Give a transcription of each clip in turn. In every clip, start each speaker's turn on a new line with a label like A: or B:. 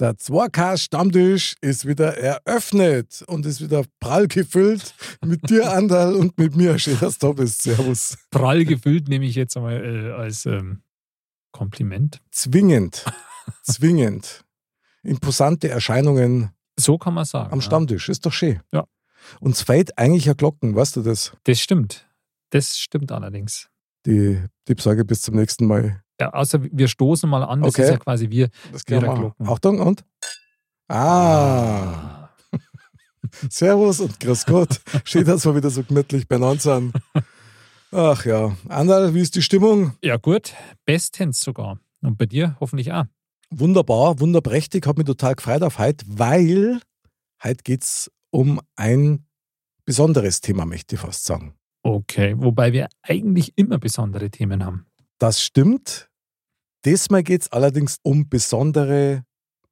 A: Der 2K Stammtisch ist wieder eröffnet und ist wieder prall gefüllt mit dir, Andal, und mit mir, schön, dass du bist. Servus.
B: Prall gefüllt nehme ich jetzt einmal äh, als ähm, Kompliment.
A: Zwingend, zwingend. Imposante Erscheinungen
B: So kann man sagen.
A: am
B: ja.
A: Stammtisch, ist doch schön.
B: Ja.
A: Uns fehlt eigentlich ja Glocken, weißt du das?
B: Das stimmt. Das stimmt allerdings.
A: Die Diebsage bis zum nächsten Mal.
B: Ja, außer wir stoßen mal an, das
A: Okay.
B: ist ja quasi wir.
A: Das
B: können wir
A: machen.
B: Glocken.
A: Genau. Achtung und. Ah, Servus und Grüß Gott. Schön, dass wir wieder so gemütlich beieinander sind. Ach ja. Andal, wie ist die Stimmung?
B: Ja, gut. Bestens sogar. Und bei dir hoffentlich auch.
A: Wunderbar, wunderprächtig, hat mich total gefreut auf heute, weil heute geht es um ein besonderes Thema, möchte ich fast sagen.
B: Okay. Wobei wir eigentlich immer besondere Themen haben.
A: Das stimmt. Diesmal geht es allerdings um besondere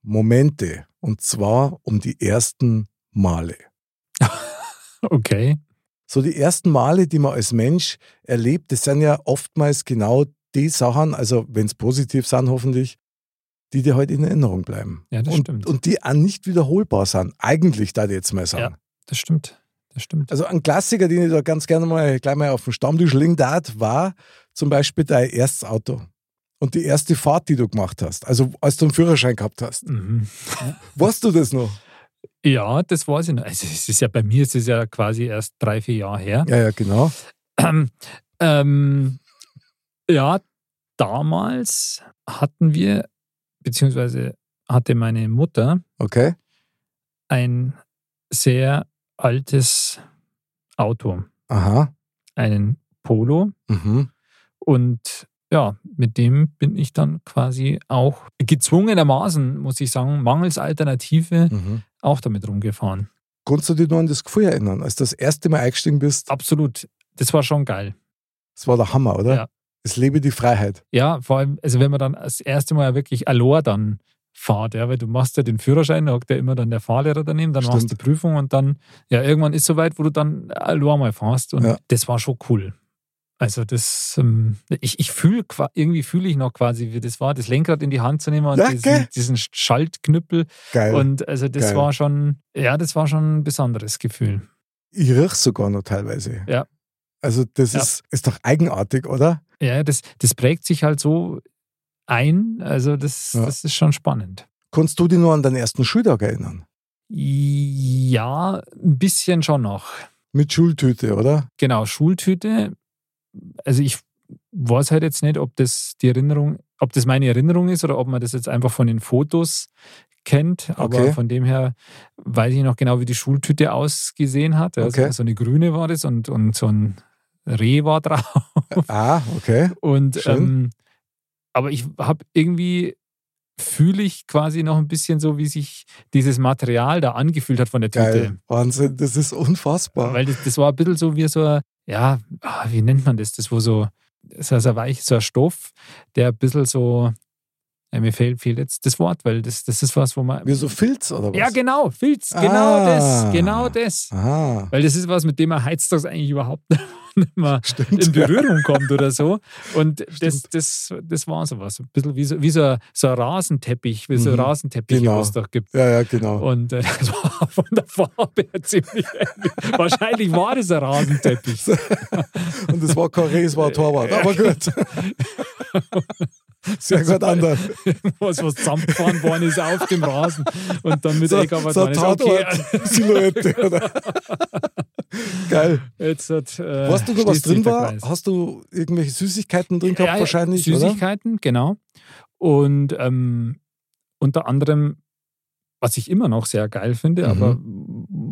A: Momente und zwar um die ersten Male.
B: Okay.
A: So die ersten Male, die man als Mensch erlebt, das sind ja oftmals genau die Sachen, also wenn es positiv sind, hoffentlich, die dir heute in Erinnerung bleiben.
B: Ja, das
A: und,
B: stimmt.
A: Und die auch nicht wiederholbar sind. Eigentlich, da ich jetzt mal sagen.
B: Ja. Das stimmt. Das stimmt.
A: Also ein Klassiker, den ich da ganz gerne mal gleich mal auf den Stammtisch legen darf, war zum Beispiel dein erstes Auto. Und die erste Fahrt, die du gemacht hast, also als du einen Führerschein gehabt hast.
B: Mhm.
A: Weißt du das noch?
B: Ja, das weiß ich noch. Also, es ist ja bei mir, es ist ja quasi erst drei, vier Jahre her.
A: Ja, ja, genau.
B: ähm, ja, damals hatten wir, beziehungsweise hatte meine Mutter
A: Okay.
B: ein sehr altes Auto,
A: Aha.
B: einen Polo.
A: Mhm.
B: Und ja, mit dem bin ich dann quasi auch gezwungenermaßen, muss ich sagen, mangels Alternative
A: Mhm.
B: auch damit rumgefahren.
A: Konntest du dich nur an das Gefühl erinnern, als du das erste Mal eingestiegen bist?
B: Absolut. Das war schon geil.
A: Das war der Hammer, oder?
B: Ja.
A: Es lebe die Freiheit.
B: Ja, vor allem, also wenn man dann das erste Mal wirklich Alor dann fährt, ja, weil du machst ja den Führerschein, da hockt ja immer dann der Fahrlehrer daneben, dann machst du
A: Stimmt.
B: die Prüfung und dann, ja, irgendwann ist soweit, wo du dann Alor mal fährst und
A: Ja.
B: das war schon cool. Also das, ähm, ich, ich fühle, irgendwie fühle ich noch quasi, wie das war, das Lenkrad in die Hand zu nehmen und
A: Ja, gell?
B: diesen, diesen Schaltknüppel
A: Geil.
B: und also das
A: Geil.
B: war schon, ja, das war schon ein besonderes Gefühl.
A: ich riech sogar noch teilweise.
B: Ja.
A: Also das
B: Ja.
A: ist, ist doch eigenartig, oder?
B: Ja, das, das prägt sich halt so ein, also das,
A: Ja.
B: das ist schon spannend.
A: Konntest du dich nur an deinen ersten Schultag erinnern?
B: Ja, ein bisschen schon noch.
A: Mit Schultüte, oder?
B: Genau, Schultüte. Also ich weiß halt jetzt nicht, ob das die Erinnerung, ob das meine Erinnerung ist oder ob man das jetzt einfach von den Fotos kennt. Aber
A: Okay.
B: von dem her weiß ich noch genau, wie die Schultüte ausgesehen hat. Also
A: Okay.
B: So eine grüne war das und, und so ein Reh war drauf.
A: Ah, okay.
B: Und
A: Schön.
B: ähm, aber ich habe irgendwie fühle ich quasi noch ein bisschen so, wie sich dieses Material da angefühlt hat von der Tüte.
A: Geil. Wahnsinn, das ist unfassbar.
B: Weil das, das war ein bisschen so wie so, ein- ja, ah, wie nennt man das? Das war so, so, so, weich, so ein Stoff, der ein bisschen so, ja, mir fehlt, fehlt jetzt das Wort, weil das, das ist was, wo man.
A: Wie so Filz oder was?
B: Ja, genau, Filz, genau
A: Ah.
B: das, genau das.
A: Ah,
B: Weil das ist was, mit dem man heutzutage eigentlich überhaupt nicht mehr
A: stimmt.
B: in Berührung kommt oder so. Und das,
A: Stimmt.
B: das, das war sowas. Ein bisschen wie so, wie so, ein, so ein Rasenteppich, wie so ein
A: Mhm.
B: Rasenteppich,
A: Genau.
B: was es doch gibt.
A: Ja, ja, genau.
B: Und äh, das war von der Farbe her ziemlich ähnlich. Wahrscheinlich war das ein Rasenteppich.
A: Und es war Coré, es war Torwart. Aber gut. Sehr gut, Ander.
B: Was, was zusammengefahren worden ist auf dem Rasen. Und dann mit
A: So,
B: LKW
A: so
B: dran ist. Okay,
A: Tatort-Silhouette, oder? Geil.
B: jetzt hat, äh,
A: Weißt du, noch, was
B: schließt sich
A: drin
B: der
A: war?
B: Kreis.
A: Hast du irgendwelche Süßigkeiten drin gehabt,
B: Ja, ja,
A: wahrscheinlich? Oder?
B: Süßigkeiten, genau. Und ähm, unter anderem, was ich immer noch sehr geil finde,
A: Mhm.
B: aber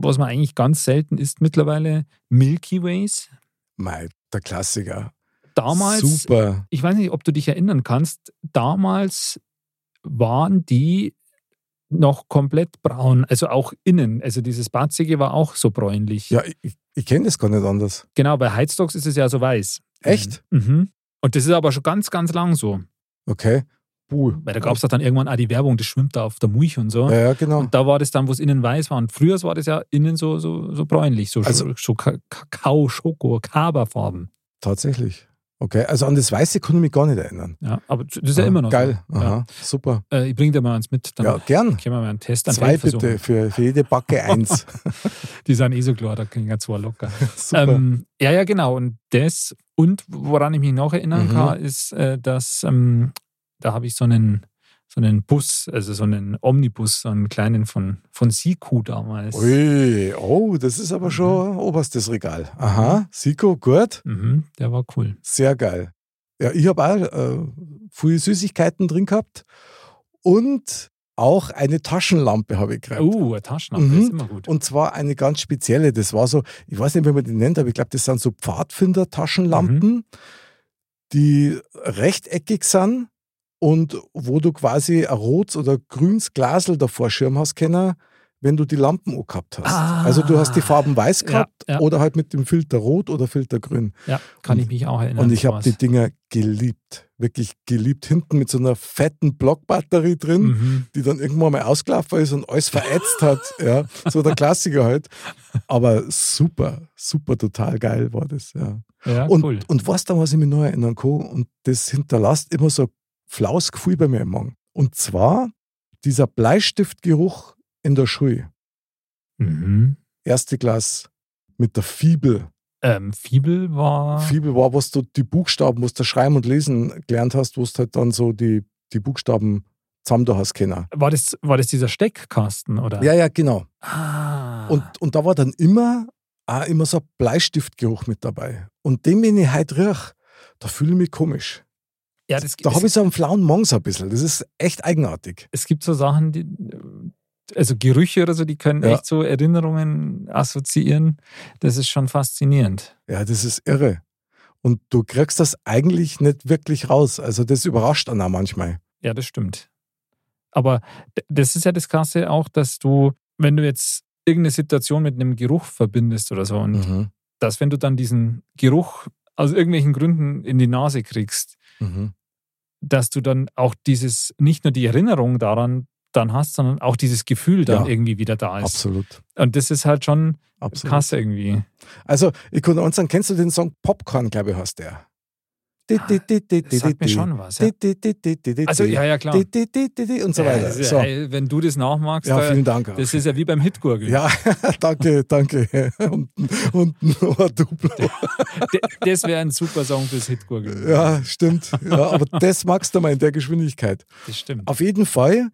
B: was man eigentlich ganz selten isst mittlerweile, Milky Ways.
A: Mei, der Klassiker.
B: Damals,
A: Super.
B: ich weiß nicht, ob du dich erinnern kannst, damals waren die noch komplett braun, also auch innen. Also dieses Batzige war auch so bräunlich.
A: Ja, ich- ich, ich kenne das gar nicht anders.
B: Genau, bei Heizdogs ist es ja so weiß.
A: Echt?
B: Mhm. Und das ist aber schon ganz, ganz lang so.
A: Okay. Puh.
B: Weil da gab es dann irgendwann auch die Werbung, das schwimmt da auf der Mulch und so.
A: Ja, ja, genau.
B: Und da war das dann, wo es innen weiß war. Und früher war das ja innen so, so, so bräunlich, so,
A: Also-
B: also, so Ka- Kakao, Schoko, Kaberfarben.
A: Tatsächlich. Okay, also an das Weiße kann ich mich gar nicht erinnern.
B: Ja, aber das ist ja, immer noch. so.
A: Ah, Geil, aha, super.
B: Äh, ich bringe dir mal eins mit, dann
A: Ja, gern.
B: können wir mal einen Test an
A: Zwei bitte, für, für jede Backe eins.
B: Die sind eh so klar, da kriegen wir zwei locker.
A: super.
B: Ähm, ja, ja, genau. Und das, und woran ich mich noch erinnern
A: Mhm.
B: kann, ist, äh, dass ähm, da habe ich so einen, so einen Bus, also so einen Omnibus, so einen kleinen von, von Siku damals.
A: Ui, oh, das ist aber schon oberstes Regal. Aha, Siko, gut,
B: Mhm, der war cool.
A: sehr geil. Ja, ich habe auch äh, viele Süßigkeiten drin gehabt und auch eine Taschenlampe habe ich gekriegt.
B: Oh, eine Taschenlampe
A: Mhm.
B: ist immer gut.
A: Und zwar eine ganz spezielle. Das war so, ich weiß nicht, wie man die nennt, aber ich glaube, das sind so Pfadfinder-Taschenlampen, die rechteckig sind und wo du quasi ein rotes oder grünes Glasel davor schirm hast können, wenn du die Lampen auch gehabt hast.
B: Ah.
A: Also du hast die Farben weiß gehabt
B: ja.
A: oder halt mit dem Filter rot oder Filter grün.
B: ja, kann
A: und-
B: ich mich auch erinnern.
A: Und ich habe
B: sowas.
A: die Dinger geliebt. Wirklich geliebt. Hinten mit so einer fetten Blockbatterie drin
B: Mhm.
A: die dann irgendwann mal ausgelaufen ist und alles verätzt hat. Ja, so der Klassiker halt. Aber super, super, total geil war das. Ja.
B: Ja,
A: Und,
B: Ah, cool.
A: und was dann, was ich mich noch erinnern kann, und das hinterlässt immer so ein flaues Gefühl bei mir im Magen. Und zwar dieser Bleistiftgeruch in der Schule.
B: Mhm.
A: Erste Klasse mit der Fibel.
B: Ähm, Fiebel war.
A: Fibel war, was du die Buchstaben, was du schreiben und lesen gelernt hast, wo du halt dann so die, die Buchstaben zusammen da hast können.
B: War das, war das dieser Steckkasten, oder?
A: Ja, ja, genau.
B: Ah.
A: Und, und da war dann immer, auch immer so ein Bleistiftgeruch mit dabei. Und den, wenn ich heute rieche, da fühle ich mich komisch.
B: ja, das,
A: Da
B: das-
A: habe ich so einen flauen Mongs ein bisschen. Das ist echt eigenartig.
B: es gibt so Sachen, die, also Gerüche oder so, die können
A: Ja.
B: echt so Erinnerungen assoziieren. Das ist schon faszinierend.
A: Ja, das ist irre. Und du kriegst das eigentlich nicht wirklich raus. Also das überrascht einen auch manchmal.
B: Ja, das stimmt. Aber d- das ist ja das Krasse auch, dass du, wenn du jetzt irgendeine Situation mit einem Geruch verbindest oder so, und
A: Mhm.
B: dass wenn du dann diesen Geruch aus irgendwelchen Gründen in die Nase kriegst,
A: Mhm.
B: dass du dann auch dieses, nicht nur die Erinnerung daran dann hast, sondern auch dieses Gefühl dann
A: Ja.
B: irgendwie wieder da ist.
A: Absolut.
B: Und das ist halt schon
A: Absolut.
B: krass irgendwie.
A: Also, ich konnte uns sagen, kennst du den Song Popcorn, glaube ich, heißt der?
B: Ah, Das sagt mir schon was. Ja. Also,
A: Also,
B: ja, ja, klar.
A: Und so
B: Ja,
A: weiter.
B: das ist
A: So.
B: ja, ey, wenn du das nachmachst,
A: Ja,
B: da-
A: vielen Dank.
B: das ist ja wie beim Hitgurgeln.
A: Ja, danke, danke. Und, und ein Ohrduplo.
B: D- Das wäre ein super Song fürs Hitgurgeln.
A: Ja, stimmt. Ja, aber das magst du mal in der Geschwindigkeit.
B: Das stimmt.
A: Auf jeden Fall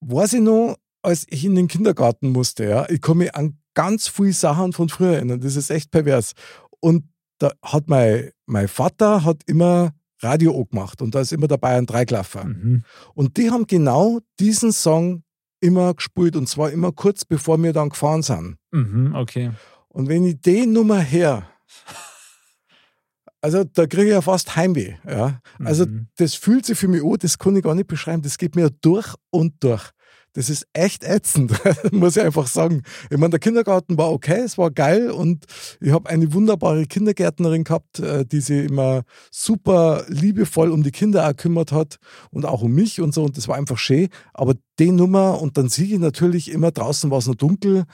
A: weiß ich noch, als ich in den Kindergarten musste, ja, ich komme an ganz viele Sachen von früher erinnern. Das ist echt pervers. Und da hat mein, mein Vater hat immer Radio gemacht und da ist immer der Bayern 3 gelaufen.
B: Mhm.
A: Und die haben genau diesen Song immer gespielt und zwar immer kurz bevor wir dann gefahren sind.
B: Mhm, okay.
A: Und wenn ich die Nummer her, also da kriege ich ja fast Heimweh. Ja? Also
B: Mhm.
A: das fühlt sich für mich an, das kann ich gar nicht beschreiben, das geht mir durch und durch. Das ist echt ätzend, muss ich einfach sagen. Ich meine, der Kindergarten war okay, es war geil und ich habe eine wunderbare Kindergärtnerin gehabt, äh, die sich immer super liebevoll um die Kinder auch kümmert hat und auch um mich und so und das war einfach schön. Aber die Nummer und dann sehe ich natürlich immer draußen war es noch dunkel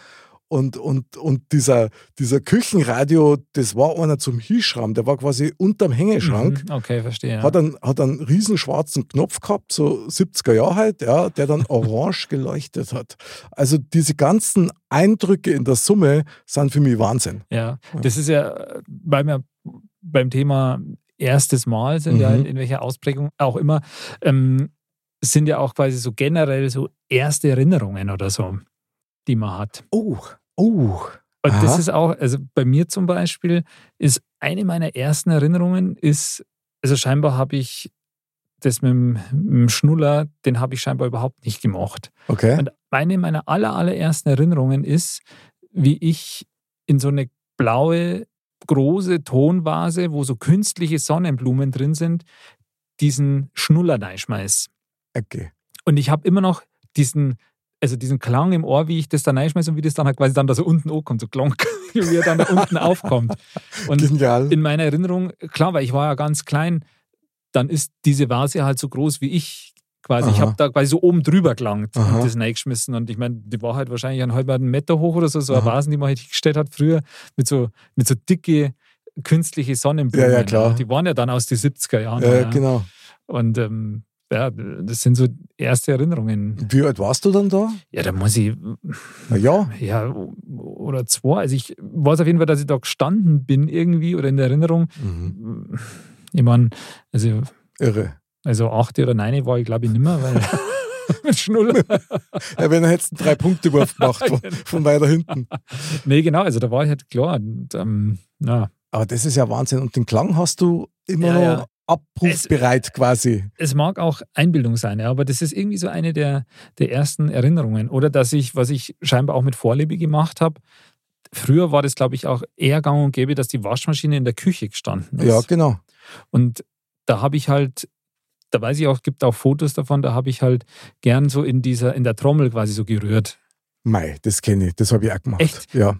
A: und, und, und dieser, dieser Küchenradio, das war einer zum Hischram, der war quasi unterm Hängeschrank
B: Mhm, Okay, verstehe.
A: hat einen, hat einen riesen schwarzen Knopf gehabt, so 70er Jahre halt, ja, der dann orange geleuchtet hat. Also diese ganzen Eindrücke in der Summe sind für mich Wahnsinn.
B: Ja,
A: Ja.
B: das ist ja, weil wir beim Thema erstes Mal sind, ja,
A: Mhm.
B: in, in welcher Ausprägung auch immer, ähm, sind ja auch quasi so generell so erste Erinnerungen oder so, die man hat.
A: Oh, oh.
B: Und das
A: Aha.
B: ist auch, also bei mir zum Beispiel, ist eine meiner ersten Erinnerungen ist, also scheinbar habe ich das mit dem, mit dem Schnuller, den habe ich scheinbar überhaupt nicht gemocht.
A: Okay.
B: Und eine meiner aller, allerersten Erinnerungen ist, wie ich in so eine blaue, große Tonvase, wo so künstliche Sonnenblumen drin sind, diesen Schnuller reinschmeiß.
A: okay.
B: Und ich habe immer noch diesen, also diesen Klang im Ohr, wie ich das da reinschmeiße und wie das dann halt quasi dann da so unten hochkommt, so klonk, wie er dann da unten aufkommt. Und
A: Genial.
B: in meiner Erinnerung, klar, weil ich war ja ganz klein, dann ist diese Vase halt so groß wie ich. Quasi, ich
A: Aha.
B: habe da quasi so oben drüber gelangt
A: Aha.
B: und das reingeschmissen. Und ich meine, die war halt wahrscheinlich einen halben Meter hoch oder so, so eine
A: Aha.
B: Vasen, die man halt hingestellt hat früher, mit so, mit so dicke künstliche Sonnenblumen.
A: Ja, ja, klar.
B: Die waren ja dann aus den 70er Jahren.
A: Ja,
B: ja.
A: genau.
B: Und ähm, ja, das sind so erste Erinnerungen.
A: Wie alt warst du dann da?
B: Ja, da muss ich,
A: Na ja,
B: ja, o- oder zwei. Also ich weiß auf jeden Fall, dass ich da gestanden bin irgendwie oder in der Erinnerung.
A: mhm.
B: Ich meine, also,
A: irre.
B: also acht oder neun war ich glaube ich nimmer, weil mit Schnuller.
A: Ja, wenn er jetzt einen Drei-Punkte-Wurf gemacht von, von weiter hinten.
B: Nee, genau, also da war ich halt klar. Und, ähm, ja.
A: Aber das ist ja Wahnsinn. Und den Klang hast du immer
B: Ja, ja.
A: noch abrufbereit quasi.
B: es mag auch Einbildung sein, ja, aber das ist irgendwie so eine der, der ersten Erinnerungen. Oder dass ich, was ich scheinbar auch mit Vorliebe gemacht habe, früher war das, glaube ich, auch eher gang und gäbe, dass die Waschmaschine in der Küche gestanden ist.
A: Ja, genau.
B: Und da habe ich halt, da weiß ich auch, gibt auch Fotos davon, da habe ich halt gern so in dieser, in der Trommel quasi so gerührt.
A: Mei, das kenne ich. Das habe ich auch gemacht.
B: Echt?
A: Ja.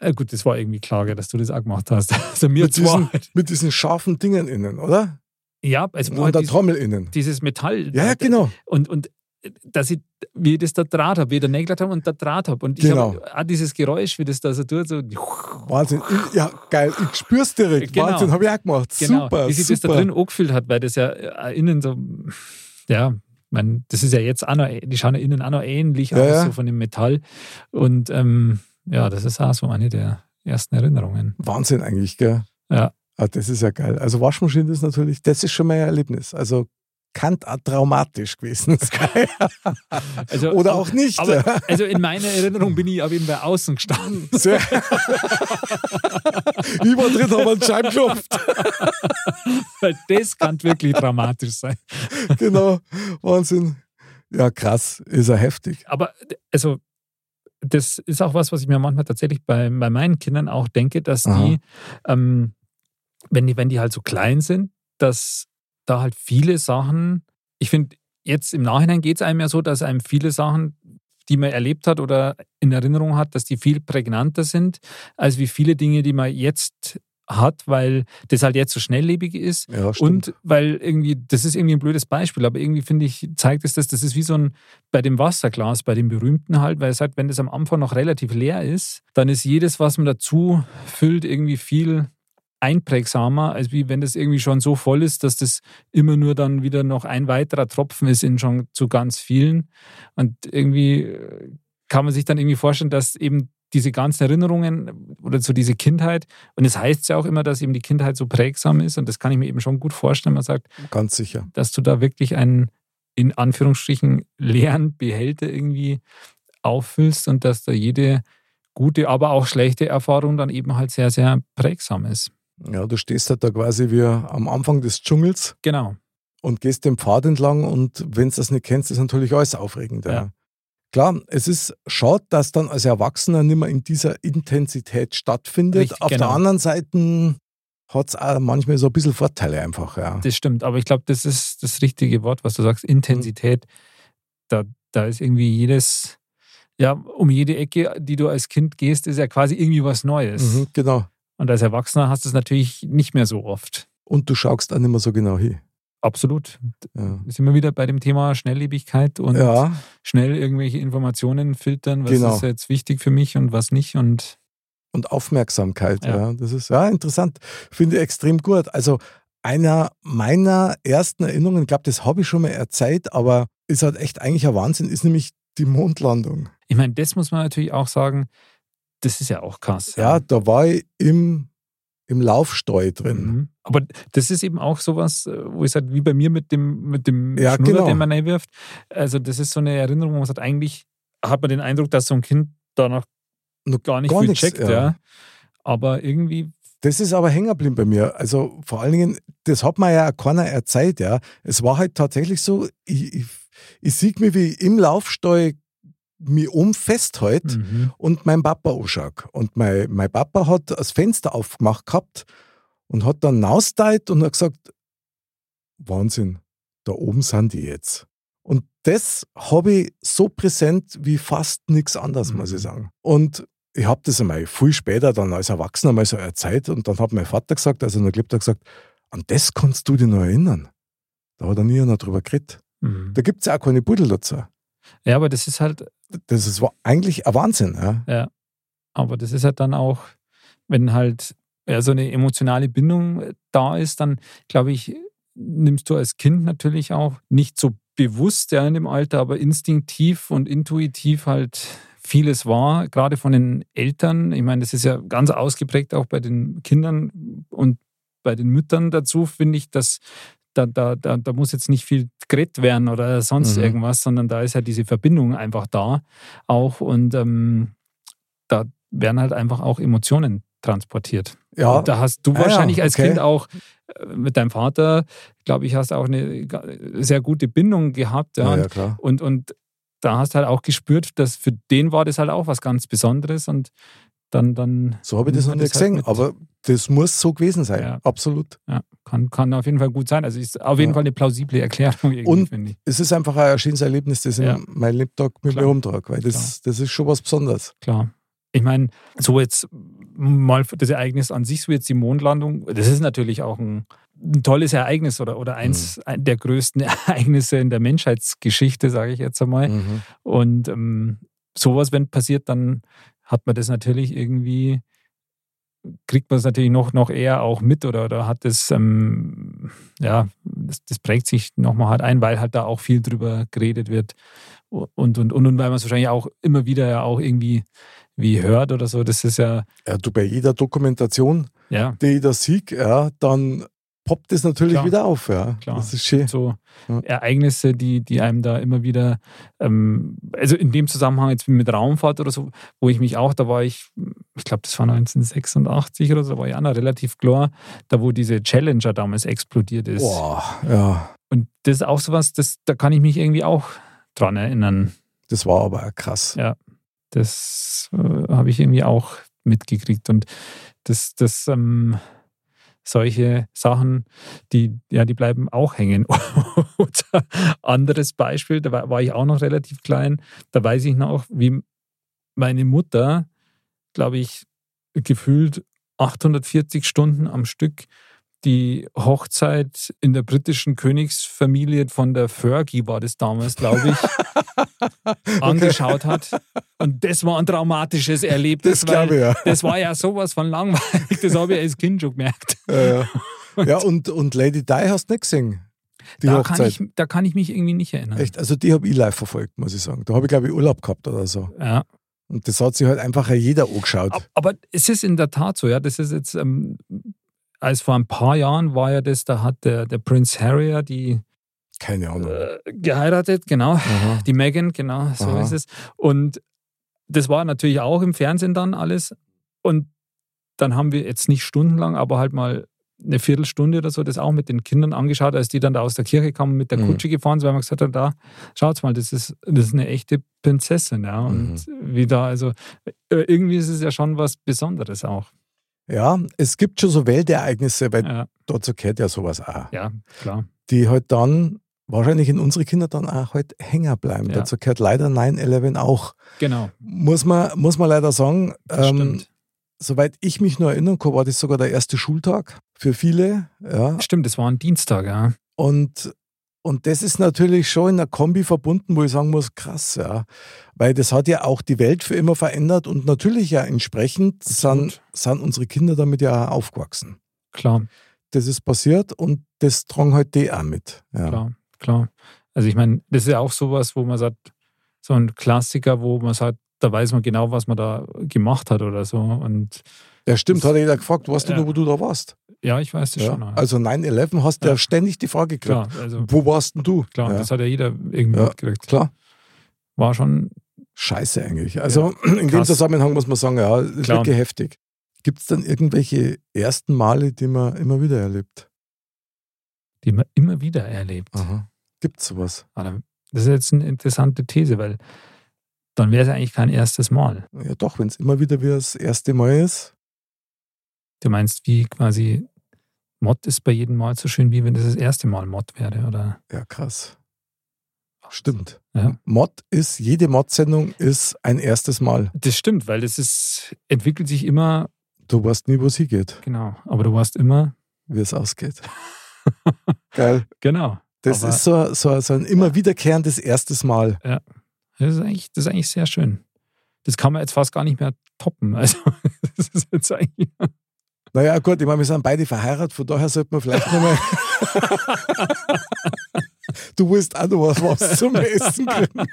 B: Äh, gut, das war irgendwie Klage, dass du das auch gemacht hast. Also mir
A: Mit
B: zwar.
A: Mit diesen scharfen Dingen innen, oder?
B: Ja, also wo
A: An
B: halt
A: der
B: dieses,
A: Trommel innen.
B: dieses Metall.
A: Ja, ja, genau.
B: Und, und äh, dass ich, wie ich das da Draht habe, wie ich da Nägel habe und da Draht habe. Und ich
A: Genau.
B: habe auch dieses Geräusch, wie das da so tut, so.
A: Wahnsinn. Ich, ja, geil. Ich spür's direkt.
B: Genau.
A: Wahnsinn, habe ich auch gemacht.
B: Genau,
A: super,
B: wie sich das da
A: super.
B: drin angefühlt hat, weil das ja äh, innen so, ja, man, das ist ja jetzt auch noch, äh- die schauen ja innen auch noch ähnlich
A: Ja,
B: aus,
A: ja.
B: so von dem Metall. Und ähm, ja, das ist auch so eine der ersten Erinnerungen.
A: Wahnsinn eigentlich, gell?
B: Ja.
A: Ah, das ist ja geil. Also Waschmaschine ist natürlich, das ist schon mein Erlebnis. Also kann auch traumatisch gewesen sein.
B: Also,
A: Oder auch nicht.
B: Aber, also in meiner Erinnerung bin ich auf jeden Fall außen gestanden.
A: Sehr. ich war drin, habe einen Scheibenklopf.
B: Weil das kann wirklich dramatisch sein.
A: Genau. Wahnsinn. Ja, krass. Ist ja heftig.
B: aber also das ist auch was, was ich mir manchmal tatsächlich bei, bei meinen Kindern auch denke, dass
A: Aha.
B: die, ähm, wenn die, wenn die halt so klein sind, dass da halt viele Sachen, ich finde, jetzt im Nachhinein geht es einem ja so, dass einem viele Sachen, die man erlebt hat oder in Erinnerung hat, dass die viel prägnanter sind, als wie viele Dinge, die man jetzt hat, weil das halt jetzt so schnelllebig ist.
A: Ja, stimmt.
B: Und weil irgendwie, das ist irgendwie ein blödes Beispiel, aber irgendwie finde ich, zeigt es das, das ist wie so ein, bei dem Wasserglas, bei dem berühmten halt, weil es halt, wenn das am Anfang noch relativ leer ist, dann ist jedes, was man dazu füllt, irgendwie viel einprägsamer, als wie wenn das irgendwie schon so voll ist, dass das immer nur dann wieder noch ein weiterer Tropfen ist in schon zu ganz vielen. Und irgendwie äh, kann man sich dann irgendwie vorstellen, dass eben diese ganzen Erinnerungen oder so diese Kindheit, und es heißt ja auch immer, dass eben die Kindheit so prägsam ist, und das kann ich mir eben schon gut vorstellen, man sagt,
A: Ganz sicher.
B: dass du da wirklich einen in Anführungsstrichen leeren Behälter irgendwie auffüllst und dass da jede gute, aber auch schlechte Erfahrung dann eben halt sehr, sehr prägsam ist.
A: Ja, du stehst halt da quasi wie am Anfang des Dschungels
B: Genau.
A: und gehst den Pfad entlang und wenn du das nicht kennst, ist natürlich alles aufregend. Ja.
B: Ja.
A: Klar, es ist schade, dass dann als Erwachsener nicht mehr in dieser Intensität stattfindet.
B: Richtig,
A: Auf der
B: genau.
A: anderen Seite hat es auch manchmal so ein bisschen Vorteile einfach. Ja.
B: Das stimmt, aber ich glaube, das ist das richtige Wort, was du sagst, Intensität. Da, da ist irgendwie jedes, ja, um jede Ecke, die du als Kind gehst, ist ja quasi irgendwie was Neues.
A: Mhm, genau.
B: Und als Erwachsener hast du es natürlich nicht mehr so oft.
A: Und du schaust auch nicht mehr so genau hin.
B: Absolut.
A: Ja,
B: Sind wir wieder bei dem Thema Schnelllebigkeit und
A: ja
B: schnell irgendwelche Informationen filtern, was
A: Genau.
B: ist jetzt wichtig für mich und was nicht. Und
A: und Aufmerksamkeit. Ja.
B: Ja.
A: das ist ja interessant. Finde ich extrem gut. Also einer meiner ersten Erinnerungen, ich glaube, das habe ich schon mal erzählt, aber ist halt echt eigentlich ein Wahnsinn, ist nämlich die Mondlandung.
B: ich meine, das muss man natürlich auch sagen, das ist ja auch krass.
A: Ja, da war ich im, im Laufsteu drin.
B: Mhm. Aber das ist eben auch sowas, äh, wo ich sage, wie bei mir mit dem, mit dem
A: Ja,
B: Schnuller,
A: genau.
B: den man einwirft. Also, das ist so eine Erinnerung, wo man sagt, eigentlich hat man den Eindruck, dass so ein Kind da noch
A: Noch
B: gar nicht
A: gar
B: viel
A: nichts,
B: checkt,
A: ja.
B: ja. Aber irgendwie,
A: Das ist aber hängen geblieben bei mir. Also vor allen Dingen, das hat mir ja auch keiner erzählt. Ja. Es war halt tatsächlich so, ich, ich, ich sehe mich wie ich im Laufsteu mich um festhält.
B: mhm.
A: und mein Papa anschaut. Und mein, mein Papa hat das Fenster aufgemacht gehabt und hat dann hinausgeteilt und hat gesagt, Wahnsinn, da oben sind die jetzt. Und das habe ich so präsent wie fast nichts anderes, muss
B: Mhm.
A: ich sagen. Und ich habe das einmal viel später dann als Erwachsener mal so erzählt und dann hat mein Vater gesagt, also noch gelebt hat, gesagt, an das kannst du dich noch erinnern. Da hat er nie einer drüber geredet.
B: Mhm.
A: Da gibt es ja auch keine Pudel dazu.
B: ja, aber das ist halt,
A: Das ist wa- eigentlich ein Wahnsinn. Ja.
B: aber das ist halt dann auch, wenn halt ja, so eine emotionale Bindung äh, da ist, dann glaube ich, nimmst du als Kind natürlich auch nicht so bewusst ja, in dem Alter, aber instinktiv und intuitiv halt vieles wahr, gerade von den Eltern. Ich meine, das ist ja ganz ausgeprägt auch bei den Kindern und bei den Müttern dazu, finde ich, dass da, da, da, da muss jetzt nicht viel geredet werden oder sonst
A: Mhm.
B: irgendwas, sondern da ist ja diese Verbindung einfach da auch und ähm, da werden halt einfach auch Emotionen transportiert.
A: Ja,
B: Und da hast du
A: Ah ja,
B: wahrscheinlich als
A: okay.
B: Kind auch äh, mit deinem Vater, glaube ich, hast auch eine ga- sehr gute Bindung gehabt. Ja.
A: na
B: Und,
A: ja klar.
B: und, und da hast halt auch gespürt, dass für den war das halt auch was ganz Besonderes und dann, dann
A: So habe ich das noch
B: nimmt man
A: nie
B: das halt
A: gesehen,
B: mit.
A: aber das muss so gewesen sein.
B: Ja.
A: Absolut.
B: ja, kann, kann auf jeden Fall gut sein. Also ist auf jeden
A: Ja.
B: Fall eine plausible Erklärung irgendwie,
A: Und-
B: finde ich.
A: Es ist einfach ein schönes Erlebnis, das
B: Ja.
A: ich mein Lebtag mit
B: Klar.
A: mir rumtrage, weil das, das ist schon was Besonderes.
B: Klar. Ich meine, so jetzt mal für das Ereignis an sich, so jetzt die Mondlandung, das ist natürlich auch ein, ein tolles Ereignis oder, oder eins
A: Mhm.
B: ein- der größten Ereignisse in der Menschheitsgeschichte, sage ich jetzt einmal.
A: Mhm.
B: Und ähm, sowas, wenn passiert, dann hat man das natürlich irgendwie, kriegt man es natürlich noch, noch eher auch mit oder, oder hat das, ähm, ja, das, das prägt sich nochmal halt ein, weil halt da auch viel drüber geredet wird und, und, und, und weil man es wahrscheinlich auch immer wieder ja auch irgendwie wie hört oder so. Das ist ja,
A: Ja, du, bei jeder Dokumentation,
B: ja,
A: die ich da sehe, ja, dann poppt das natürlich
B: Klar.
A: wieder auf. Ja.
B: Klar.
A: Das ist schön.
B: so
A: Ja.
B: Ereignisse, die, die einem da immer wieder, ähm, also in dem Zusammenhang jetzt mit Raumfahrt oder so, wo ich mich auch, da war ich, ich glaube, das war 1986 oder so, da war ich auch noch relativ klar, da wo diese Challenger damals explodiert ist.
A: Boah, ja.
B: Und das ist auch sowas, das, da kann ich mich irgendwie auch dran erinnern.
A: Das war aber auch krass.
B: Ja. Das äh, habe ich irgendwie auch mitgekriegt. Und das, das, ähm, solche Sachen, die, ja, die bleiben auch hängen. Oder anderes Beispiel, da war, war ich auch noch relativ klein. Da weiß ich noch, wie meine Mutter, glaube ich, gefühlt 840 Stunden am Stück die Hochzeit in der britischen Königsfamilie von der Fergie war das damals, glaube ich, angeschaut hat. Und das war ein traumatisches Erlebnis,
A: Das
B: weil
A: glaube ich ja.
B: das war ja sowas von langweilig, das habe ich als Kind schon gemerkt.
A: Ja, ja. ja und, und Lady Di hast du nicht gesehen. Die
B: da, kann
A: Hochzeit.
B: ich, da kann ich mich irgendwie nicht erinnern.
A: Echt, also die habe ich live verfolgt, muss ich sagen. Da habe ich, glaube ich, Urlaub gehabt oder so.
B: Ja.
A: Und das hat sich halt einfach jeder angeschaut.
B: Ab- Aber es ist in der Tat so, ja, das ist jetzt, ähm, als vor ein paar Jahren war ja das, da hat der, der Prince Harry ja die
A: Keine Ahnung.
B: äh, geheiratet, genau,
A: Aha.
B: die Meghan, genau, so
A: Aha.
B: ist es. Und das war natürlich auch im Fernsehen dann alles. Und dann haben wir jetzt nicht stundenlang, aber halt mal eine Viertelstunde oder so das auch mit den Kindern angeschaut, als die dann da aus der Kirche kamen und mit der
A: Mhm.
B: Kutsche gefahren sind, weil man gesagt hat, da, schaut's mal, das ist, das ist eine echte Prinzessin, ja. Und
A: Mhm.
B: wie da, also äh, irgendwie ist es ja schon was Besonderes auch.
A: Ja, es gibt schon so Weltereignisse, weil
B: Ja,
A: dazu gehört ja sowas auch.
B: ja klar.
A: Die halt dann wahrscheinlich in unsere Kinder dann auch halt hängen bleiben.
B: Ja.
A: Dazu gehört leider 9-11 auch.
B: Genau,
A: Muss man, muss man leider sagen,
B: das
A: ähm,
B: stimmt.
A: soweit ich mich noch erinnern kann, war das sogar der erste Schultag für viele. Ja,
B: Stimmt, das war ein Dienstag, ja.
A: Und, und das ist natürlich schon in einer Kombi verbunden, wo ich sagen muss, krass, ja. Weil das hat ja auch die Welt für immer verändert und natürlich ja entsprechend sind,
B: Absolut.
A: sind unsere Kinder damit ja auch aufgewachsen.
B: Klar.
A: Das ist passiert und das drang halt die auch mit. Ja.
B: klar, klar. Also ich meine, das ist ja auch sowas, wo man sagt, so ein Klassiker, wo man sagt, da weiß man genau, was man da gemacht hat oder so. Und
A: ja, stimmt,
B: Das-
A: hat jeder gefragt, weißt du
B: Ja.
A: nur, wo du da warst?
B: ja, ich weiß das
A: Ja.
B: schon. noch.
A: Also 9-11 hast du ja.
B: Ja.
A: ständig die Frage gekriegt,
B: klar, also
A: wo warst denn du?
B: klar,
A: ja.
B: das hat ja jeder irgendwie
A: Ja.
B: mitgekriegt.
A: klar.
B: War schon,
A: Scheiße eigentlich. Also in dem
B: krass.
A: Zusammenhang muss man sagen, ja, das ist
B: Klar.
A: wirklich heftig. Gibt es dann irgendwelche ersten Male, die man immer wieder erlebt?
B: die man immer wieder erlebt.
A: Aha. Gibt sowas?
B: Aber Das ist jetzt eine interessante These, weil dann wäre es eigentlich kein erstes Mal.
A: Ja, doch, wenn es immer wieder wie das erste Mal ist.
B: Du meinst, wie quasi Mod ist bei jedem Mal so schön, wie wenn das das erste Mal Mod wäre, oder?
A: Ja, krass. Stimmt.
B: Ja.
A: Mod ist, jede Mod-Sendung ist ein erstes Mal.
B: Das stimmt, weil das ist, entwickelt sich immer
A: Du weißt nie, wo es hingeht,
B: Genau, aber du warst immer.
A: wie es ausgeht. Geil.
B: Genau.
A: Das
B: Aber-
A: ist so, so, so ein immer wiederkehrendes erstes Mal.
B: Das ist, eigentlich, das ist eigentlich sehr schön. Das kann man jetzt fast gar nicht mehr toppen. Also, das ist jetzt eigentlich.
A: Naja, gut, ich meine, wir sind beide verheiratet, von daher sollte man vielleicht nochmal. du willst auch noch was, was zum Essen kriegen.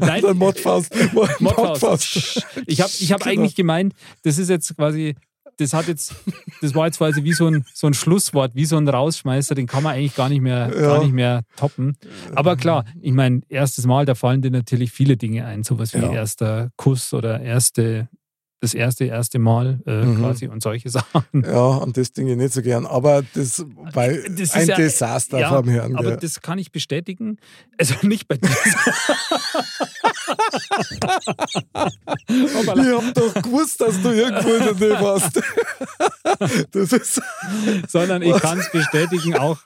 B: Nein,
A: Dann Modfaust. Mod- Modfaust.
B: Modfaust. Ich habe ich hab
A: Also, Genau.
B: eigentlich gemeint, das ist jetzt quasi, das hat jetzt, das war jetzt quasi wie so ein, so ein Schlusswort, wie so ein Rausschmeißer, den kann man eigentlich gar nicht mehr,
A: Ja.
B: gar nicht mehr toppen. Aber klar, ich meine, erstes Mal, da fallen dir natürlich viele Dinge ein, sowas wie
A: Ja.
B: erster Kuss oder erste, das erste, erste Mal äh,
A: Mhm.
B: quasi und solche Sachen.
A: Ja, und das Ding ich nicht so gern. Aber das, weil
B: Äh, Das ist
A: ein
B: ja-
A: Desaster
B: ja,
A: vom Herrn.
B: Aber
A: gell.
B: das kann ich bestätigen. Also nicht bei dir. Hoppala.
A: Ich hab doch gewusst, dass du irgendwo in der Nähe warst. Das ist.
B: sondern ich kann es bestätigen, auch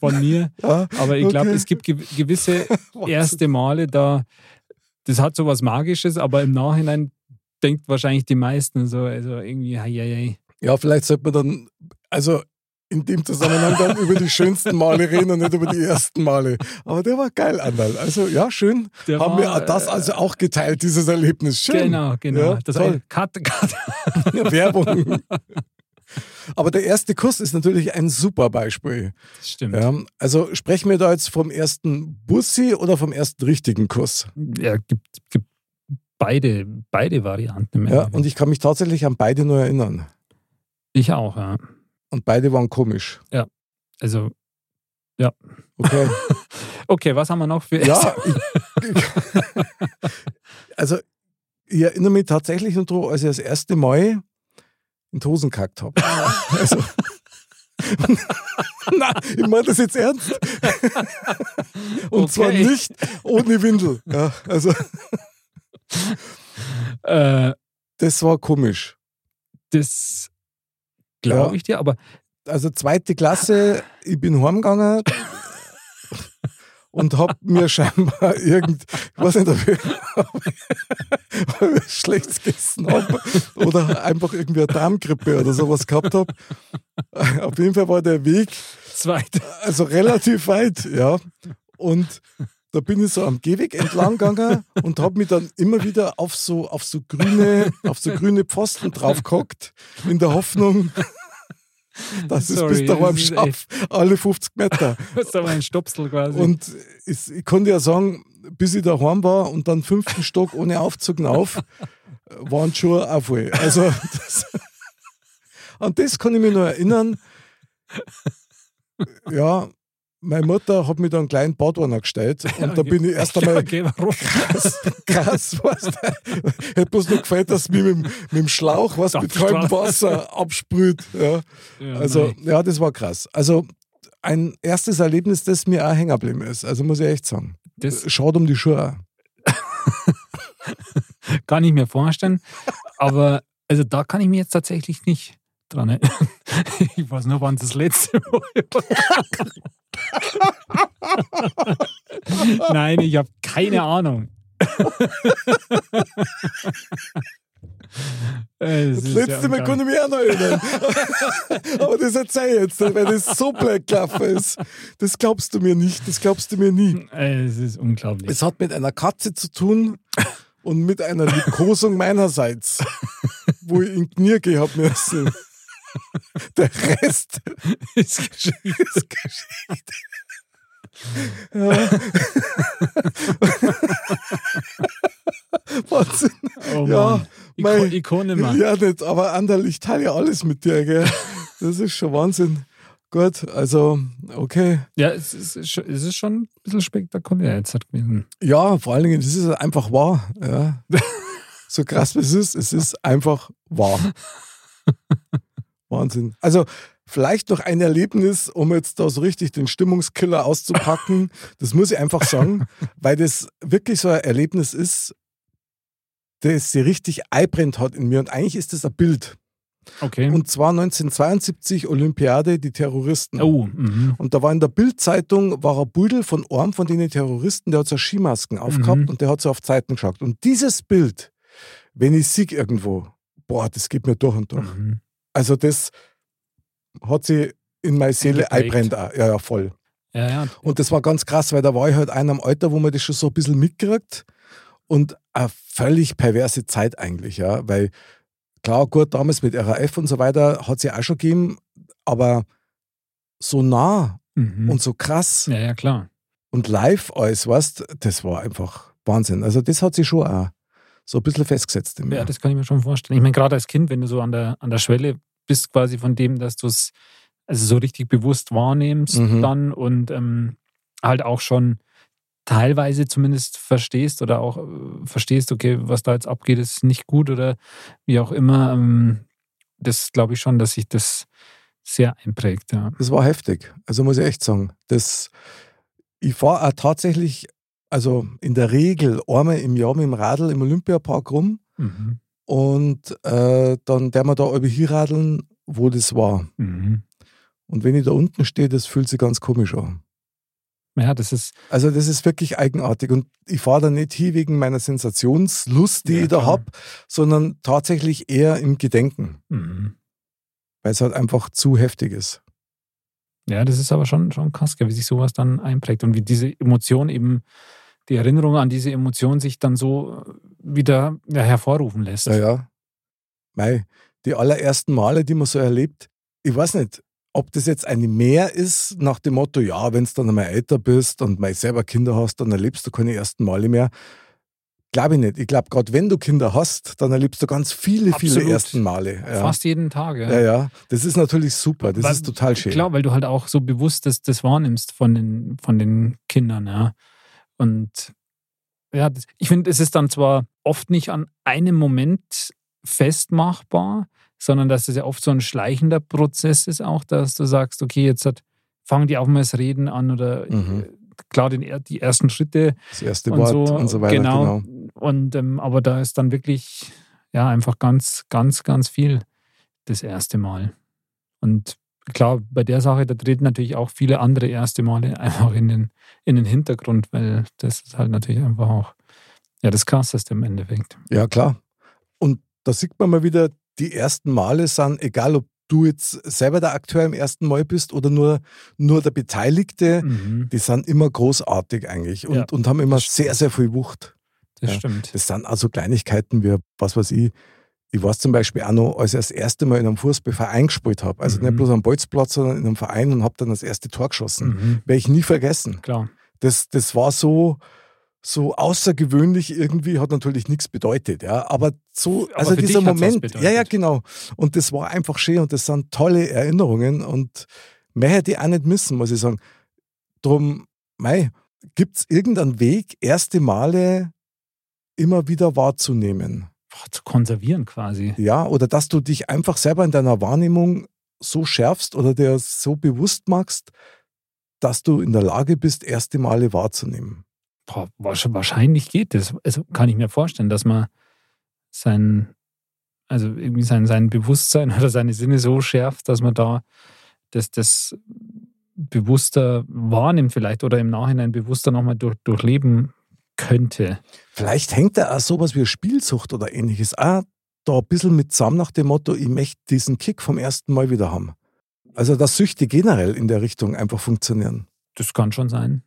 B: von mir.
A: Ja,
B: Aber ich glaube,
A: Okay.
B: es gibt ge- gewisse erste Male, da das hat so was Magisches, aber im Nachhinein denkt wahrscheinlich die meisten so, also irgendwie, hei, hei, hei.
A: ja, vielleicht sollte man dann, also in dem Zusammenhang dann über die schönsten Male reden und nicht über die ersten Male. Aber der war geil, Anderl. Also ja, schön.
B: Der
A: Haben
B: war,
A: wir das
B: äh,
A: also auch geteilt, dieses Erlebnis. Schön.
B: Genau, genau.
A: Ja,
B: das
A: toll.
B: war Cut, Cut.
A: Werbung. Aber der erste Kuss ist natürlich ein super Beispiel.
B: Das stimmt. Ja.
A: Ja, also sprechen wir da jetzt vom ersten Bussi oder vom ersten richtigen Kuss?
B: gibt, gibt beide, beide Varianten. im
A: Ja,
B: Endeffekt.
A: und ich kann mich tatsächlich an beide nur erinnern.
B: ich auch, ja.
A: Und beide waren komisch.
B: Also,
A: Okay.
B: okay, was haben wir noch für.
A: Ja, ich, ich, also ich erinnere mich tatsächlich noch daran, als ich das erste Mal in die Hosen gekackt habe. Also, Nein, ich meine das jetzt ernst. Und zwar
B: Okay.
A: nicht ohne Windel. Ja, also
B: Äh,
A: das war komisch.
B: das glaube
A: Ja.
B: ich dir, aber
A: Also zweite Klasse, ich bin heimgegangen und hab mir scheinbar irgend, ich weiß nicht, ob ich, ob ich schlecht gegessen hab oder einfach irgendwie eine Darmgrippe oder sowas gehabt hab. Auf jeden Fall war der Weg
B: zweite.
A: also relativ weit, ja. Und da bin ich so am Gehweg entlang gegangen und habe mich dann immer wieder auf so, auf so grüne, auf so grüne Pfosten draufgehockt, in der Hoffnung, dass ich es bis
B: Sorry,
A: daheim
B: das ist
A: schaffe, alle 50 Meter.
B: Das ist aber ein Stopsel quasi.
A: Und es, ich konnte ja sagen, bis ich daheim war und dann fünften Stock ohne Aufzug auf, waren schon auf. Also das, an das kann ich mich noch erinnern. Ja, meine Mutter hat mir dann einen kleinen Badwanner gestellt und da bin ich erst einmal
B: Okay, warum?
A: krass, krass, weißt du. Hätte bloß noch gefällt, dass mir mit, dem- mit dem Schlauch was mit kaltem Wasser absprüht. Ja.
B: Ja,
A: Also,
B: nein.
A: ja, das war krass. Also, ein erstes Erlebnis, das mir auch hängen geblieben ist. Also, muss ich echt sagen.
B: das
A: Schaut um die Schuhe.
B: kann ich mir vorstellen. Aber also da kann ich mir jetzt tatsächlich nicht dran erinnern. Ich weiß nur, wann das letzte Mal war. Nein, ich habe keine Ahnung. Äh,
A: Das letzte Mal konnte ich mich auch noch erinnern. Aber das erzähl ich jetzt, nicht, weil das so blacklaffe ist. Das glaubst du mir nicht, das glaubst du mir nie.
B: Äh, Es ist unglaublich.
A: Es hat mit einer Katze zu tun und mit einer Liebkosung meinerseits, wo ich in Knie gehabt müssen. Der Rest
B: Ist geschehen.
A: ist Geschichte. Ja. Wahnsinn. Ja,
B: Oh Mann.
A: mei.
B: Iko Ikone, Mann.
A: Ja, nicht, aber Anderl, ich teile ja alles mit dir, gell? Das ist schon Wahnsinn. Gut, also, okay.
B: Ja, es ist, schon- es ist schon ein bisschen spektakulär jetzt halt gewesen.
A: Ja, vor allen Dingen, das ist einfach wahr. Ja. So krass wie es ist, es ist einfach wahr. Wahnsinn. Also, vielleicht noch ein Erlebnis, um jetzt da so richtig den Stimmungskiller auszupacken. Das muss ich einfach sagen, weil das wirklich so ein Erlebnis ist, das sie richtig einbrennt hat in mir. Und eigentlich ist das ein Bild.
B: Okay.
A: Und zwar 1972 Olympiade, die Terroristen.
B: oh, mhm.
A: Und da war in der Bildzeitung war ein Budel von Orm von den Terroristen, der hat so Skimasken aufgehabt
B: Mhm.
A: und der hat so auf Zeiten geschaut. Und dieses Bild, wenn ich sieg irgendwo, boah, das geht mir durch und durch.
B: mhm.
A: Also das hat sie in meine Seele
B: Eingeprägt.
A: einbrennt. auch. Ja, ja, voll.
B: Ja, ja.
A: Und das war ganz krass, weil da war ich halt einer im Alter, wo man das schon so ein bisschen mitkriegt. Und eine völlig perverse Zeit eigentlich, ja, weil Klar, gut, damals mit RAF und so weiter hat es ja auch schon gegeben, aber so nah
B: Mhm.
A: und so krass
B: ja, ja, klar.
A: und live alles, weißt das war einfach Wahnsinn. Also das hat sich schon auch so ein bisschen festgesetzt im
B: Ja,
A: Jahr.
B: das kann ich mir schon vorstellen. Ich meine, gerade als Kind, wenn du so an der, an der Schwelle bist, quasi von dem, dass du es also so richtig bewusst wahrnimmst
A: Mhm.
B: dann und ähm, halt auch schon teilweise zumindest verstehst oder auch äh, verstehst, okay, was da jetzt abgeht, ist nicht gut oder wie auch immer. Ähm, das glaube ich schon, dass sich das sehr einprägt. Ja.
A: Das war heftig. Also muss ich echt sagen. Das, ich fahre auch tatsächlich, also in der Regel einmal im Jahr mit dem Radl im Olympiapark rum
B: Mhm.
A: und äh, dann der wir da über hier radeln, wo das war.
B: Mhm.
A: Und wenn ich da unten stehe, das fühlt sich ganz komisch an.
B: ja, das ist
A: Also das ist wirklich eigenartig. Und ich fahre da nicht hin wegen meiner Sensationslust, die
B: Ja,
A: ich da
B: klar.
A: habe, sondern tatsächlich eher im Gedenken,
B: mhm.
A: weil es halt einfach zu heftig ist.
B: Ja, das ist aber schon, schon krass, gell, wie sich sowas dann einprägt und wie diese Emotion eben, die Erinnerung an diese Emotion sich dann so äh, wieder ja, hervorrufen lässt.
A: Ja, ja. Mei, die allerersten Male, die man so erlebt, ich weiß nicht, ob das jetzt eine mehr ist, nach dem Motto, ja, wenn du dann einmal älter bist und mal selber Kinder hast, dann erlebst du keine ersten Male mehr. Glaube ich nicht. Ich glaube, gerade wenn du Kinder hast, dann erlebst du ganz viele,
B: Absolut.
A: viele ersten Male. Ja.
B: Fast jeden Tag.
A: Ja, ja. Das ist natürlich super. Das
B: Weil-
A: ist total schön.
B: Klar, weil du halt auch so bewusst das, das wahrnimmst von den, von den Kindern, ja. Und ja, das, ich finde, es ist dann zwar oft nicht an einem Moment festmachbar, sondern dass es ja oft so ein schleichender Prozess ist auch, dass du sagst, okay, jetzt hat, fangen die auch mal das Reden an oder
A: Mhm.
B: äh, klar, den, er- die ersten Schritte
A: Das erste
B: und
A: Wort
B: so,
A: und so weiter.
B: genau.
A: Genau.
B: und ähm, aber da ist dann wirklich ja einfach ganz, ganz, ganz viel das erste Mal. Und klar, bei der Sache, da treten natürlich auch viele andere erste Male einfach in den, in den Hintergrund, weil das ist halt natürlich einfach auch ja das krasseste im Endeffekt.
A: Ja, klar. Und da sieht man mal wieder, die ersten Male sind, egal ob du jetzt selber der Akteur im ersten Mal bist oder nur, nur der Beteiligte,
B: Mhm,
A: die sind immer großartig eigentlich und,
B: Ja.
A: und haben immer
B: Das stimmt.
A: sehr, sehr viel Wucht.
B: das
A: Ja.
B: stimmt.
A: Das sind also Kleinigkeiten wie, was weiß ich, ich weiß zum Beispiel auch noch, als ich das erste Mal in einem Fußballverein gespielt habe, also
B: Mhm.
A: nicht bloß am Bolzplatz, sondern in einem Verein und habe dann das erste Tor geschossen.
B: Mhm,
A: Werde ich nie vergessen.
B: klar.
A: das, das war so, so außergewöhnlich irgendwie, hat natürlich nichts bedeutet, ja. Aber so,
B: Aber
A: also
B: für
A: dieser
B: dich hat's was
A: Moment, ja, ja,
B: bedeutet.
A: genau. Und das war einfach schön und das sind tolle Erinnerungen und mehr hätte ich auch nicht missen, muss ich sagen. Drum, mei, gibt es irgendeinen Weg, erste Male immer wieder wahrzunehmen?
B: Boah, zu konservieren quasi.
A: Ja, oder dass du dich einfach selber in deiner Wahrnehmung so schärfst oder dir so bewusst machst, dass du in der Lage bist, erste Male wahrzunehmen.
B: Boah, wahrsch- wahrscheinlich geht das. Also kann ich mir vorstellen, dass man sein, also irgendwie sein, sein Bewusstsein oder seine Sinne so schärft, dass man da das, das bewusster wahrnimmt vielleicht oder im Nachhinein bewusster nochmal durch, durchleben könnte.
A: Vielleicht hängt da auch sowas wie Spielsucht oder ähnliches auch da ein bisschen mit zusammen nach dem Motto, ich möchte diesen Kick vom ersten Mal wieder haben. Also, dass Süchte generell in der Richtung einfach funktionieren.
B: Das kann schon sein.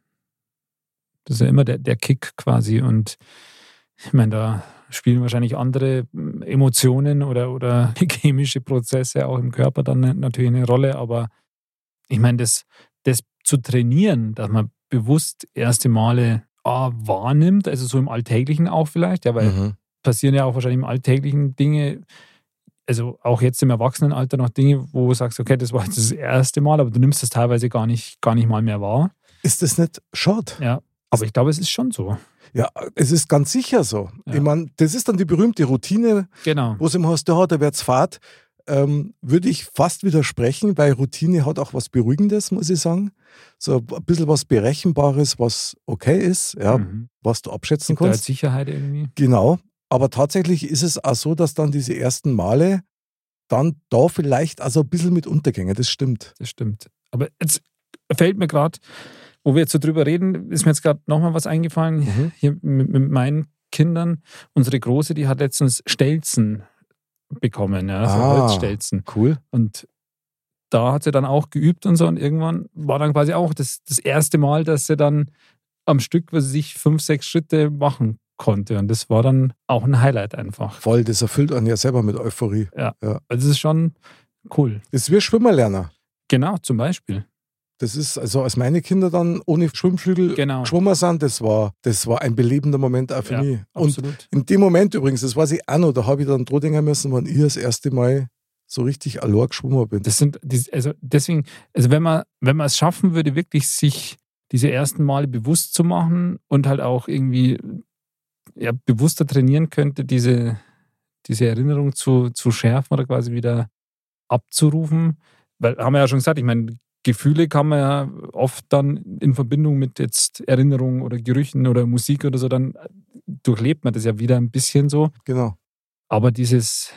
B: Das ist ja immer der, der Kick quasi. Und ich meine, da spielen wahrscheinlich andere mm, Emotionen oder, oder chemische Prozesse auch im Körper dann na- natürlich eine Rolle. Aber ich meine, das, das zu trainieren, dass man bewusst erste Male ah, wahrnimmt, also so im Alltäglichen auch vielleicht, ja, weil
A: Mhm.
B: passieren ja auch wahrscheinlich im alltäglichen Dinge, also auch jetzt im Erwachsenenalter noch Dinge, wo du sagst, okay, das war jetzt das erste Mal, aber du nimmst das teilweise gar nicht, gar nicht mal mehr wahr.
A: Ist das nicht schade?
B: Ja. Aber ich glaube, es ist schon so.
A: Ja, es ist ganz sicher so.
B: Ja.
A: Ich meine, das ist dann die berühmte Routine,
B: Genau.
A: wo es im Hostel hat, da wird's Fahrt. Ähm, würde ich fast widersprechen, weil Routine hat auch was Beruhigendes, muss ich sagen. So ein bisschen was Berechenbares, was okay ist, ja,
B: Mhm.
A: was du abschätzen
B: Gibt da halt
A: kannst.
B: Sicherheit irgendwie.
A: Genau. Aber tatsächlich ist es auch so, dass dann diese ersten Male dann da vielleicht also ein bisschen mit untergänge. Das stimmt.
B: Das stimmt. Aber jetzt fällt mir gerade, wo wir jetzt so drüber reden, ist mir jetzt gerade nochmal was eingefallen. Hier mit, mit meinen Kindern. Unsere Große, die hat letztens Stelzen bekommen, ja, so
A: Ah.
B: Holzstelzen.
A: Cool.
B: Und da hat sie dann auch geübt und so. Und irgendwann war dann quasi auch das, das erste Mal, dass sie dann am Stück was weiß ich fünf, sechs Schritte machen konnte. Und das war dann auch ein Highlight einfach.
A: Voll, das erfüllt einen ja selber mit Euphorie.
B: Also das ist schon cool.
A: Ist wie Schwimmerlerner.
B: Genau, zum Beispiel.
A: Das ist, also als meine Kinder dann ohne Schwimmflügel
B: Genau.
A: geschwommen sind, das war, das war ein belebender Moment auch für
B: Ja,
A: mich. Und
B: Absolut.
A: in dem Moment übrigens, das weiß ich auch noch, da habe ich dann dran denken müssen, wann ich das erste Mal so richtig allein geschwommen bin.
B: Das sind, die- also deswegen, also wenn man, wenn man es schaffen würde, wirklich sich diese ersten Male bewusst zu machen und halt auch irgendwie ja, bewusster trainieren könnte, diese, diese Erinnerung zu, zu schärfen oder quasi wieder abzurufen. Weil, haben wir ja schon gesagt, ich meine, Gefühle kann man ja oft dann in Verbindung mit jetzt Erinnerungen oder Gerüchen oder Musik oder so, dann durchlebt man das ja wieder ein bisschen so.
A: Genau.
B: Aber dieses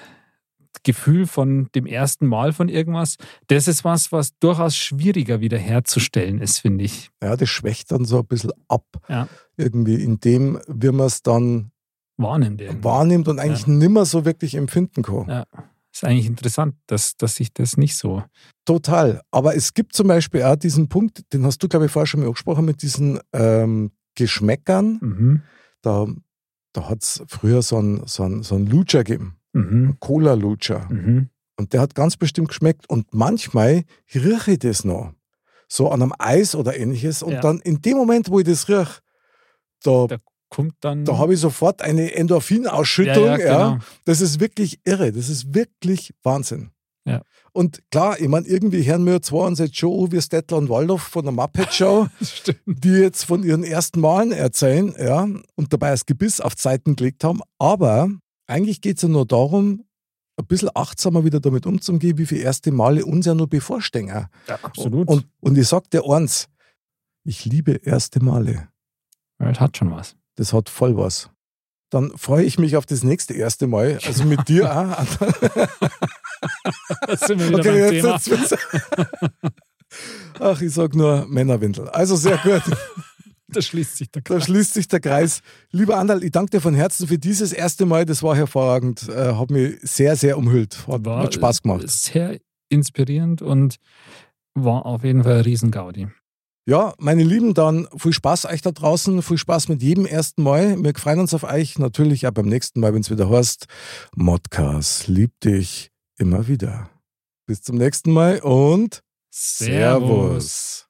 B: Gefühl von dem ersten Mal von irgendwas, das ist was, was durchaus schwieriger wieder herzustellen ist, finde ich.
A: Ja, das schwächt dann so ein bisschen ab.
B: Ja.
A: Irgendwie in dem, wie man es dann
B: Wahrnehmend. irgendwie.
A: wahrnimmt und eigentlich nimmer so wirklich empfinden kann.
B: Ja. Ist eigentlich interessant, dass, dass sich das nicht so.
A: Total. Aber es gibt zum Beispiel auch diesen Punkt, den hast du, glaube ich, vorher schon mal angesprochen, mit diesen ähm, Geschmäckern.
B: Mhm.
A: Da, da hat es früher so einen so einen- so einen Lutscher gegeben,
B: Mhm.
A: Cola-Lutscher.
B: Mhm.
A: Und der hat ganz bestimmt geschmeckt. Und manchmal rieche ich das noch. So an einem Eis oder ähnliches. Und
B: Ja.
A: dann in dem Moment, wo ich das rieche, da,
B: Da Kommt dann.
A: da habe ich sofort eine Endorphinausschüttung.
B: ja, ja,
A: ja.
B: genau.
A: Das ist wirklich irre. Das ist wirklich Wahnsinn.
B: Ja.
A: Und klar, ich meine, irgendwie hören wir zwar uns jetzt schon an wie Stettler und Waldorf von der Muppet Show, die jetzt von ihren ersten Malen erzählen ja, und dabei das Gebiss auf die Seiten gelegt haben. Aber eigentlich geht es ja nur darum, ein bisschen achtsamer wieder damit umzugehen, wie viele erste Male uns ja nur bevorstehen. auch.
B: Ja, absolut.
A: Und, und ich sag dir eins, ich liebe erste Male.
B: Ja, das hat schon was.
A: Das hat voll was. Dann freue ich mich auf das nächste erste Mal, also mit dir auch.
B: Das sind wir wieder
A: Okay,
B: beim
A: jetzt,
B: Thema.
A: jetzt wird's. Ach, ich sag nur Männerwindel. Also sehr gut.
B: Da schließt sich der
A: Da
B: Kreis.
A: schließt sich der Kreis. Lieber Anderl, ich danke dir von Herzen für dieses erste Mal. Das war hervorragend. Äh, hat mich sehr, sehr umhüllt. Hat,
B: War
A: hat Spaß gemacht.
B: Sehr inspirierend und war auf jeden Fall ein Riesengaudi.
A: Ja, meine Lieben, dann viel Spaß euch da draußen. Viel Spaß mit jedem ersten Mal. Wir freuen uns auf euch. Natürlich auch beim nächsten Mal, wenn es wieder heißt. Modcast liebt dich immer wieder. Bis zum nächsten Mal und Servus.